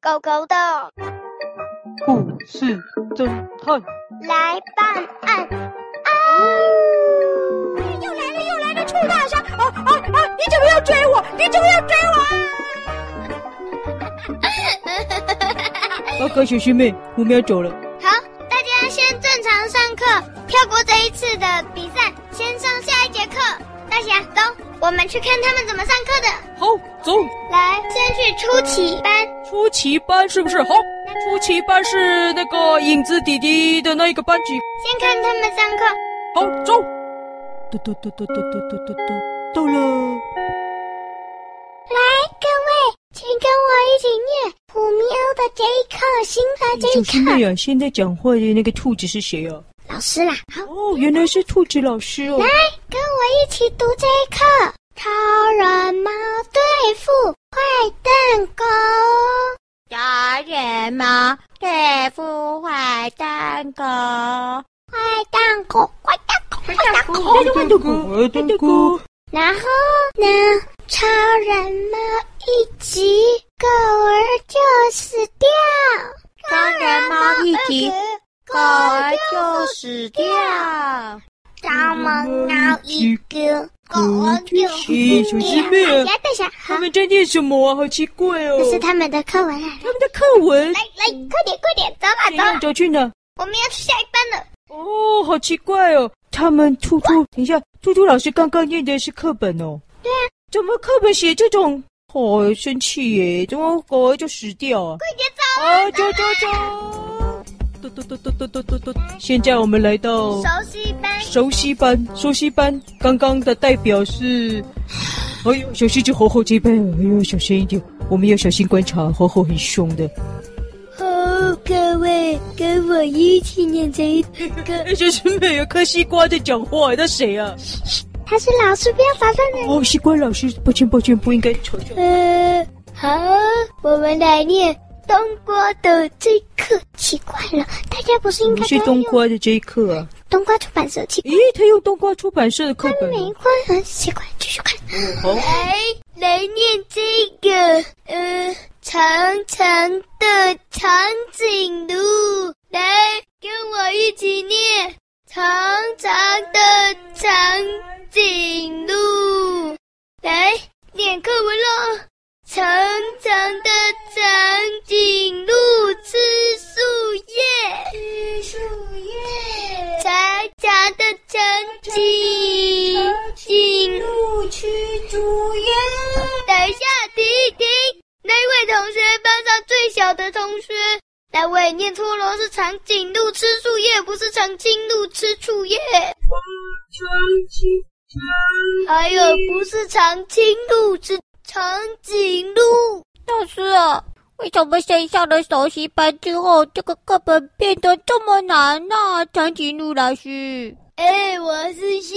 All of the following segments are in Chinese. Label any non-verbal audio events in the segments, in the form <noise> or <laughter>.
狗狗的故事侦探来办案啊！哎又来了，又来了，臭大侠！啊哦啊啊！你怎么要追我？你怎么要追报告小师妹，我们要走了。好，大家先正常上课，跳过这一次的比赛，先上下一节课。大侠，走，我们去看他们怎么上课的。好，走，来，先去初期班，出奇班是不是？好，出奇班是那个影子弟弟的那一个班级。先看他们上课。好，走。嘟嘟嘟嘟嘟嘟嘟嘟嘟，到了。来，各位，请跟我一起念普米欧的这一课，新的小师妹啊，现在讲话的那个兔子是谁啊？老师啦。好，哦，原来是兔子老师哦。跟我一起读这一课：超人猫对付坏蛋狗。我？小野猫对付坏蛋狗，坏蛋狗，坏蛋狗，坏蛋狗。噔噔咕，噔噔咕。然后呢，超人猫一急，狗儿就死掉。当然猫一急，狗儿就死掉。超人猫一个，狗儿就死咦，小师妹掉。啊，哎呀，等一下，好他，们在念什么啊？好奇怪哦这。是他们的课文啊。他们的课文来来，快点快点，走啦怎走样啦，走去哪？我们要去下一班了。哦，好奇怪哦！他们兔兔，等一下，兔兔老师刚刚念的是课本哦。对啊，怎么课本写这种？哦好、生气耶！怎么狗儿就死掉啊？快点走。啊，走走走！嘟嘟嘟嘟嘟嘟嘟嘟！现在我们来到熟悉班，熟悉班，熟悉班刚刚的代表是，哎呦，小心这猴猴这边，哎呦，小心一点，我们要小心观察，猴猴很凶的。哦，各位跟我一起念这一个。哎，小师妹有颗西瓜在讲话，那谁啊？他是老师，不要打断人。哦，西瓜老师，抱歉抱歉，不应该吵架。呃，好，我们来念冬瓜的这一课。奇怪了，大家不是应不该是都要冬用瓜的这一课啊？冬瓜出版社去？咦，他用冬瓜出版社的课本没哦。关很奇怪，继续看。好，来哎来念这个，呃，长长的长颈鹿，来跟我一起念长长的长颈鹿，来念课文喽。长长的长颈鹿吃树叶，吃树叶，长长的长颈颈鹿吃竹叶。等一下，停一停，那位同学班上最小的同学，那位念错了，是长颈鹿吃树叶，不是长颈鹿吃树叶。还有哎不是长颈鹿，是长颈鹿。老师啊，为什么先上了熟悉班之后，这个课本变得这么难呢、长颈鹿老师。哎，我是西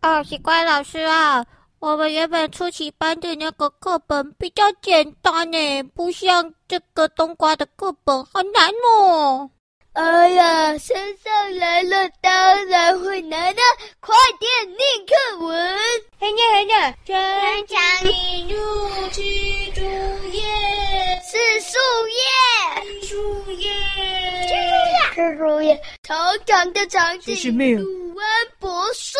瓜。哦，奇怪老师啊，我们原本初期班的那个课本比较简单呢，不像这个冬瓜的课本好难哦。哎呀，升上来了，当然会难了、快点念课文。很呀很呀，真长颈鹿吃竹叶，是树叶，吃树叶，是树叶。长长的长小颈师妹啊，鹿弯脖穗。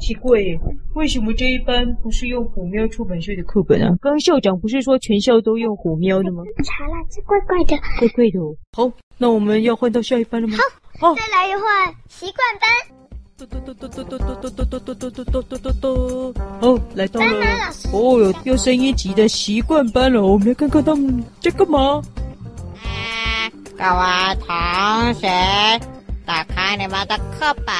奇怪耶，为什么这一班不是用虎喵出版社的课本啊？刚刚校长不是说全校都用虎喵的吗？查啦，这怪怪的。怪怪的哦。好，那我们要换到下一班了吗？好，再来一换习惯班，嘟嘟嘟嘟嘟嘟嘟嘟嘟嘟嘟嘟嘟嘟嘟，好，来到了班老师哦，有又升一级的习惯班了，我们来看看他们在干嘛。各位同学，打开你们的课本。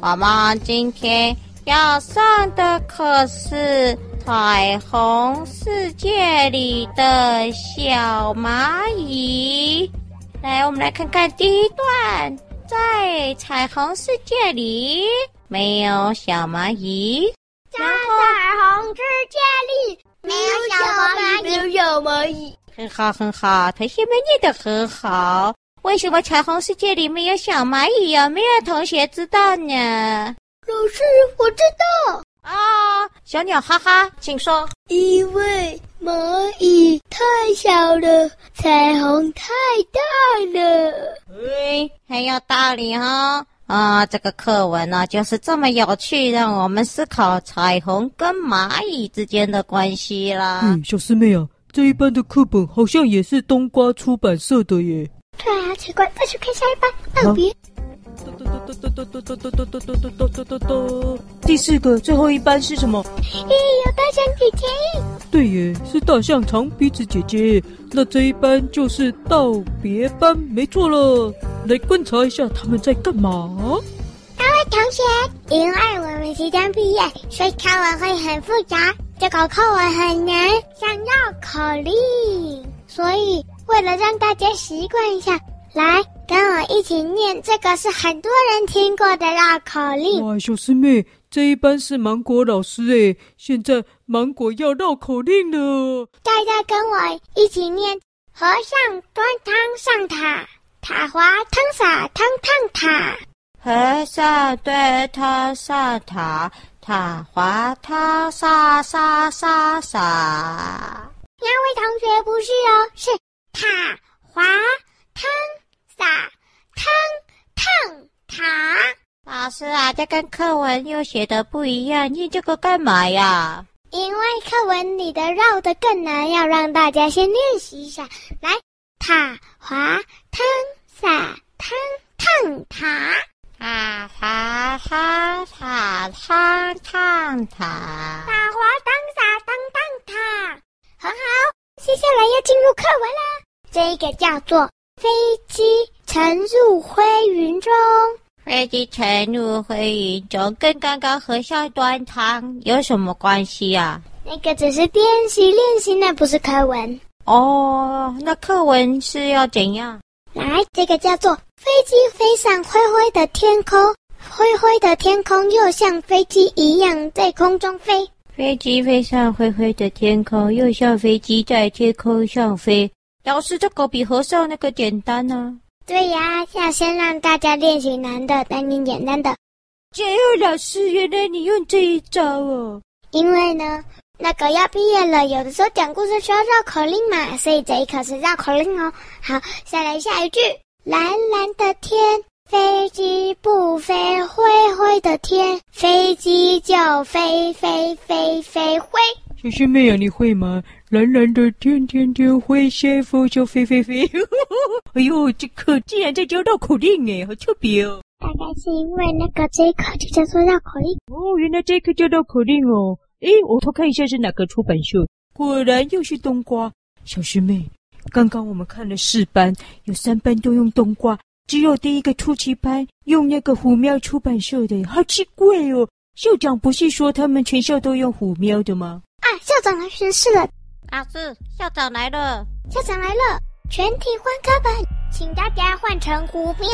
我们今天要上的课是《彩虹世界》里的小蚂蚁。来，我们来看看第一段，在彩虹世界里没有小蚂蚁，在彩虹之界里没有小蚂蚁。没有小蚂蚁。很好，很好，同学们念得很好。为什么彩虹世界里没有小蚂蚁呀、没有同学知道呢？老师，我知道，哦，小鸟哈哈，请说。因为蚂蚁小了，彩虹太大了。哎，很有道理哦。啊、这个课文呢、就是这么有趣，让我们思考彩虹跟蚂蚁之间的关系啦。嗯，小师妹啊，这一班的课本好像也是冬瓜出版社的耶。对啊，奇怪，再去看下一班，特别第四个最后一班是什么？咦，有大象姐姐，对耶，是大象长鼻子姐姐。那这一班就是道别班，没错了。来观察一下他们在干嘛。同学，哎因为我们即将毕业，所以课文会很复杂，这个课文很难，想要口令，所以为了让大家习惯一下，来跟我一起念这个是很多人听过的绕口令。哇，小师妹，这一班是芒果老师诶，现在芒果要绕口令了。大家跟我一起念：和尚端汤上塔，塔滑汤洒汤烫塔。和尚对头上塔，塔滑塔沙沙沙沙。两位同学不是哦，是塔滑汤洒汤烫塔。老师啊，这跟课文又写的不一样，念这个干嘛呀？因为课文里的绕的更难，要让大家先练习一下。来，塔滑汤洒汤烫塔。塔滑塔塔塔唱打。塔滑当撒当当塔，很好。接下来要进入课文啦，这一个叫做飞机沉入灰云中。飞机沉入灰云中，跟刚刚和尚端汤有什么关系啊？那个只是练习练习，那不是课文。哦，那课文是要怎样？来，这个叫做飞机飞上灰灰的天空，灰灰的天空又像飞机一样在空中飞。飞机飞上灰灰的天空，又像飞机在天空上飞。老师，这个比和尚那个简单啊呢、对呀，要先让大家练习难的，再念简单的。解忧老师，原来你用这一招哦。因为呢，那个要毕业了，有的时候讲故事需要绕口令嘛，所以这一课是绕口令哦。好，再来下一句：蓝蓝的天，飞机不飞；灰灰的天，飞机就飞飞飞飞灰。小师妹啊，你会吗？蓝蓝的天天天会先风就飞飞 <laughs> 飞。哎呦，这课竟然在教绕口令诶，好特别哦！大概是因为那个这一课就叫做绕口令。哦，原来这课叫绕口令哦。诶，我偷看一下是哪个出版社，果然又是冬瓜。小师妹，刚刚我们看了四班，有三班都用冬瓜，只有第一个初级班用那个虎喵出版社的，好奇怪哦。校长不是说他们全校都用虎喵的吗？啊，校长来巡视了，老师，校长来了。校长来了，全体换课本，请大家换成胡喵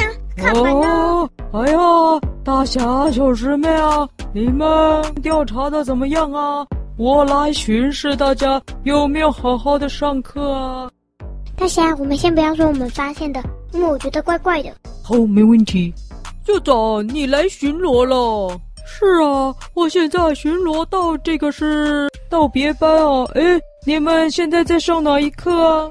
课本哦。哦，哎呀，大侠小师妹啊，你们调查的怎么样啊？我来巡视大家有没有好好的上课啊？大侠，我们先不要说我们发现的，因为我觉得怪怪的。好，哦没问题。校长，你来巡逻了？是啊，我现在巡逻到这个是道别班啊。哎，你们现在在上哪一课啊？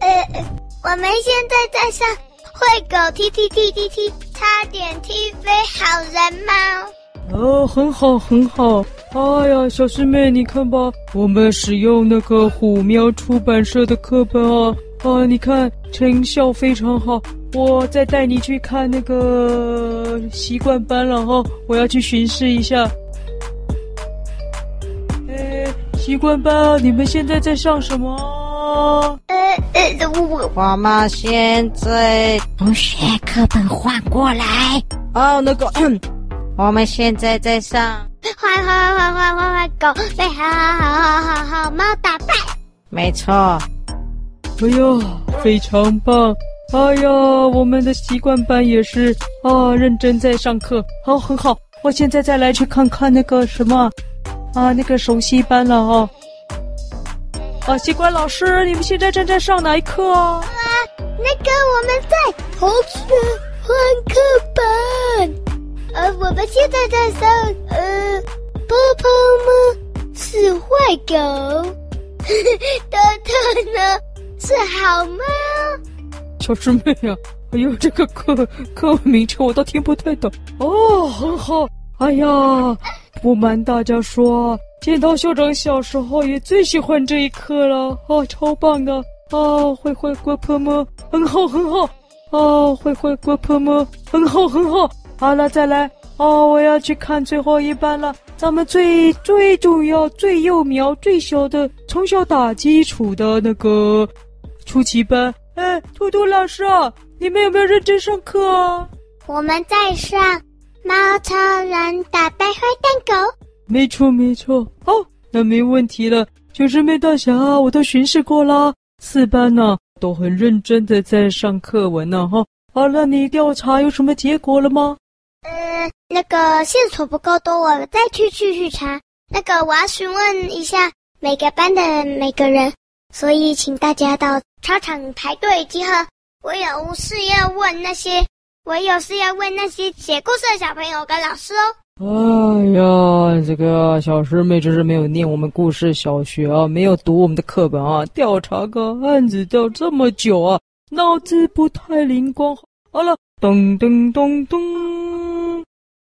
呃，我们现在在上会狗踢踢踢踢踢，差点踢飞好人猫。哦，很好，很好。哎呀，小师妹，你看吧，我们使用那个虎喵出版社的课本啊，啊，你看成效非常好。我再带你去看那个习惯班了哈，我要去巡视一下。哎，习惯班，你们现在在上什么啊？呃呃，我我们现在同学课本换过来。啊哦，那个，我们现在在上，坏坏坏坏坏坏狗被好好好好好猫打败。没错。哎呀，非常棒！哎呀，我们的习惯班也是啊，认真在上课，好，很好。我现在再来去看看那个什么啊，那个熟悉班了哦。啊，习惯老师，你们现在正在上哪一课啊？那个我们在同学换课本，呃，我们现在在上呃，波波猫是坏狗，豆豆呢好吗？小师妹啊，哎呦，这个课课文名称我都听不太懂。哦，很好。哎呀，不瞒大家说，剪刀校长小时候也最喜欢这一课了。啊，超棒的！啊，会会国泼么？很好，很好。啊，会会国泼么？很好，很好。好了，再来。哦，我要去看最后一班了。咱们最最重要、最幼苗、最小的，从小打基础的那个初级班。哎，兔兔老师啊，你们有没有认真上课啊？我们在上《猫超人打败坏蛋狗》。没错，没错。哦，那没问题了。九师妹大侠，啊我都巡视过啦，四班呢、都很认真的在上课文呢、哈。好了，你调查有什么结果了吗？嗯，那个线索不够多，我再去继续查。那个我要询问一下每个班的每个人，所以请大家到操场排队集合。我有事要问那些，我有事要问那些写故事的小朋友跟老师哦。哎呀，这个小师妹真是没有念我们故事小学啊，没有读我们的课本啊，调查个案子调这么久啊，脑子不太灵光。好了，噔噔噔噔，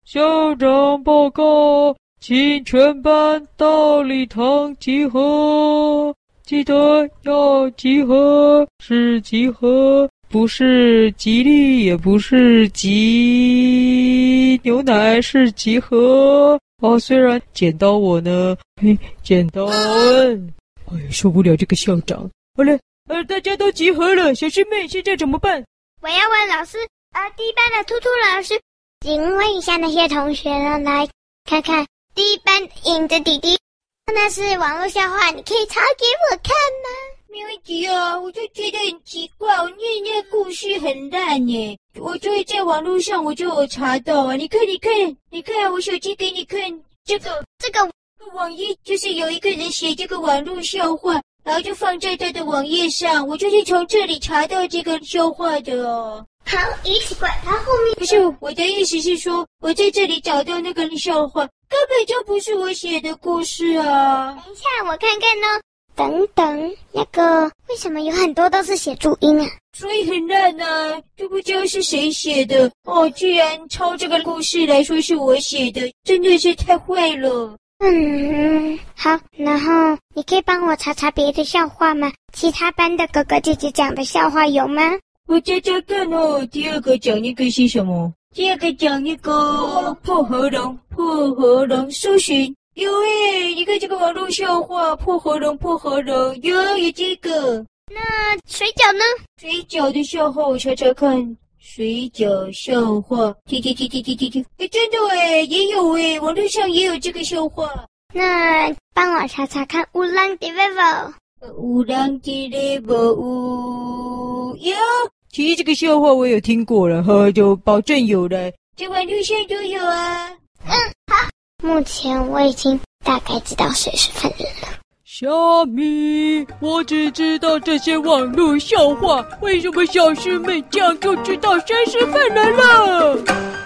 校长报告，请全班到礼堂集合，记得要集合，是集合，不是吉利，也不是吉牛奶，是集合。哦，虽然剪刀我呢，嘿，剪刀问，哎，受不了这个校长。好了，呃，大家都集合了，小师妹现在怎么办？我要问老师，呃，第一班的兔兔老师，请问一下那些同学呢？来看看第一班影子弟弟，那是网络笑话，你可以抄给我看吗？没问题啊，我就觉得很奇怪，我念念故事很烂耶，我就会在网络上我就有查到啊，你看你看你看，我手机给你看这个这个网页，就是有一个人写这个网络笑话，然后就放在他的网页上，我就是从这里查到这个笑话的哦。好，鱼奇怪，它后面不是我的意思是说，我在这里找到那个笑话，根本就不是我写的故事啊。等一下我看看呢。等等，那个为什么有很多都是写注音啊？所以很烂呐、都不知道是谁写的哦，居然抄这个故事来说是我写的，真的是太坏了。嗯，好，然后你可以帮我查查别的笑话吗？其他班的哥哥姐姐讲的笑话有吗？我猜猜看哦，第二个讲那个是什么？第二个讲那个破喉咙，破喉咙搜寻。有诶，你看这个网络笑话，破喉咙，破喉咙，有有这个呃水饺呢？水饺的笑话，我查查看。水饺笑话，滴滴滴滴滴滴滴，诶，真的诶，也有诶，网络上也有这个笑话。那帮我查查看乌浪 d e v o 有人记得无有，其实这个笑话我有听过了，呵，就保证有的。在网络上都有啊。目前我已经大概知道谁是犯人了。虾米，我只知道这些网络笑话，为什么小师妹这样就知道谁是犯人了？